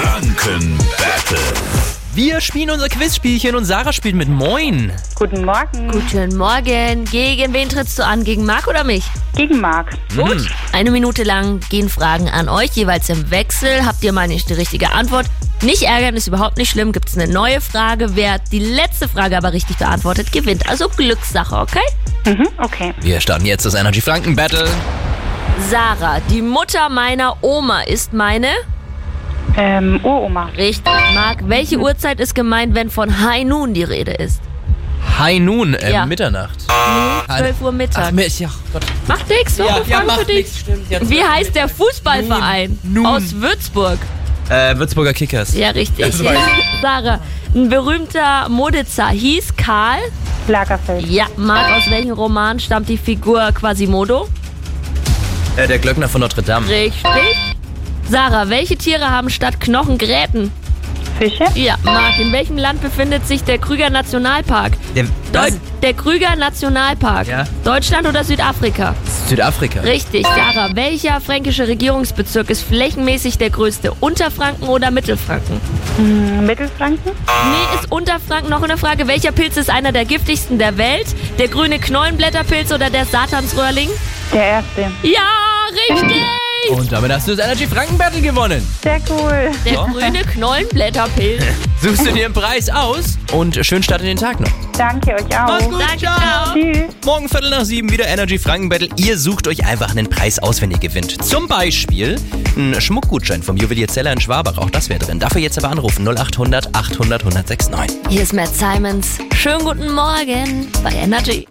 Franken Battle. Wir spielen unser Quizspielchen und Sarah spielt mit Moin. Guten Morgen. Guten Morgen. Gegen wen trittst du an? Gegen Marc oder mich? Gegen Marc. Hm? Gut. Eine Minute lang gehen Fragen an euch, jeweils im Wechsel. Habt ihr mal nicht die richtige Antwort? Nicht ärgern ist überhaupt nicht schlimm. Gibt es eine neue Frage? Wer die letzte Frage aber richtig beantwortet, gewinnt. Also Glückssache, okay? Mhm, okay. Wir starten jetzt das Energy Franken Battle. Sarah, die Mutter meiner Oma ist meine. Ähm, Uroma. Richtig. Marc, welche Uhrzeit ist gemeint, wenn von High Noon die Rede ist? Hi Nun, äh, Ja. Mitternacht. 12 Uhr Ach, Mittag. mir ist ja. oh Gott. Macht nix, so ja, für dich. Wie heißt der Fußballverein Nun. aus Würzburg? Äh, Würzburger Kickers. Ja, richtig. Das weiß Sarah, ein berühmter Moditzer hieß Karl. Lagerfeld. Ja, Marc, aus welchem Roman stammt die Figur Quasimodo? Äh, der Glöckner von Notre Dame. Richtig. Sarah, welche Tiere haben statt Knochen Gräten? Fische. Ja, Marc, in welchem Land befindet sich der Krüger Nationalpark? Der, Deut der Krüger Nationalpark. Ja. Deutschland oder Südafrika? Südafrika. Richtig, Ah. Sarah. Welcher fränkische Regierungsbezirk ist flächenmäßig der größte? Unterfranken oder Mittelfranken? Hm, Mittelfranken. Nee, ist Unterfranken noch eine Frage. Welcher Pilz ist einer der giftigsten der Welt? Der grüne Knollenblätterpilz oder der Satansröhrling? Der erste. Ja, richtig! Und damit hast du das Energy Franken Battle gewonnen. Sehr cool. Der grüne Knollenblätterpilz. Suchst du dir einen Preis aus und schön start in den Tag noch. Danke euch auch. Mach's gut, Danke, ciao. ciao. Tschüss. Morgen Viertel nach sieben wieder Energy Franken Battle. Ihr sucht euch einfach einen Preis aus, wenn ihr gewinnt. Zum Beispiel einen Schmuckgutschein vom Juwelier Zeller in Schwabach. Auch das wäre drin. Dafür jetzt aber anrufen 0800 800 1069. Hier ist Matt Simons. Schönen guten Morgen bei Energy.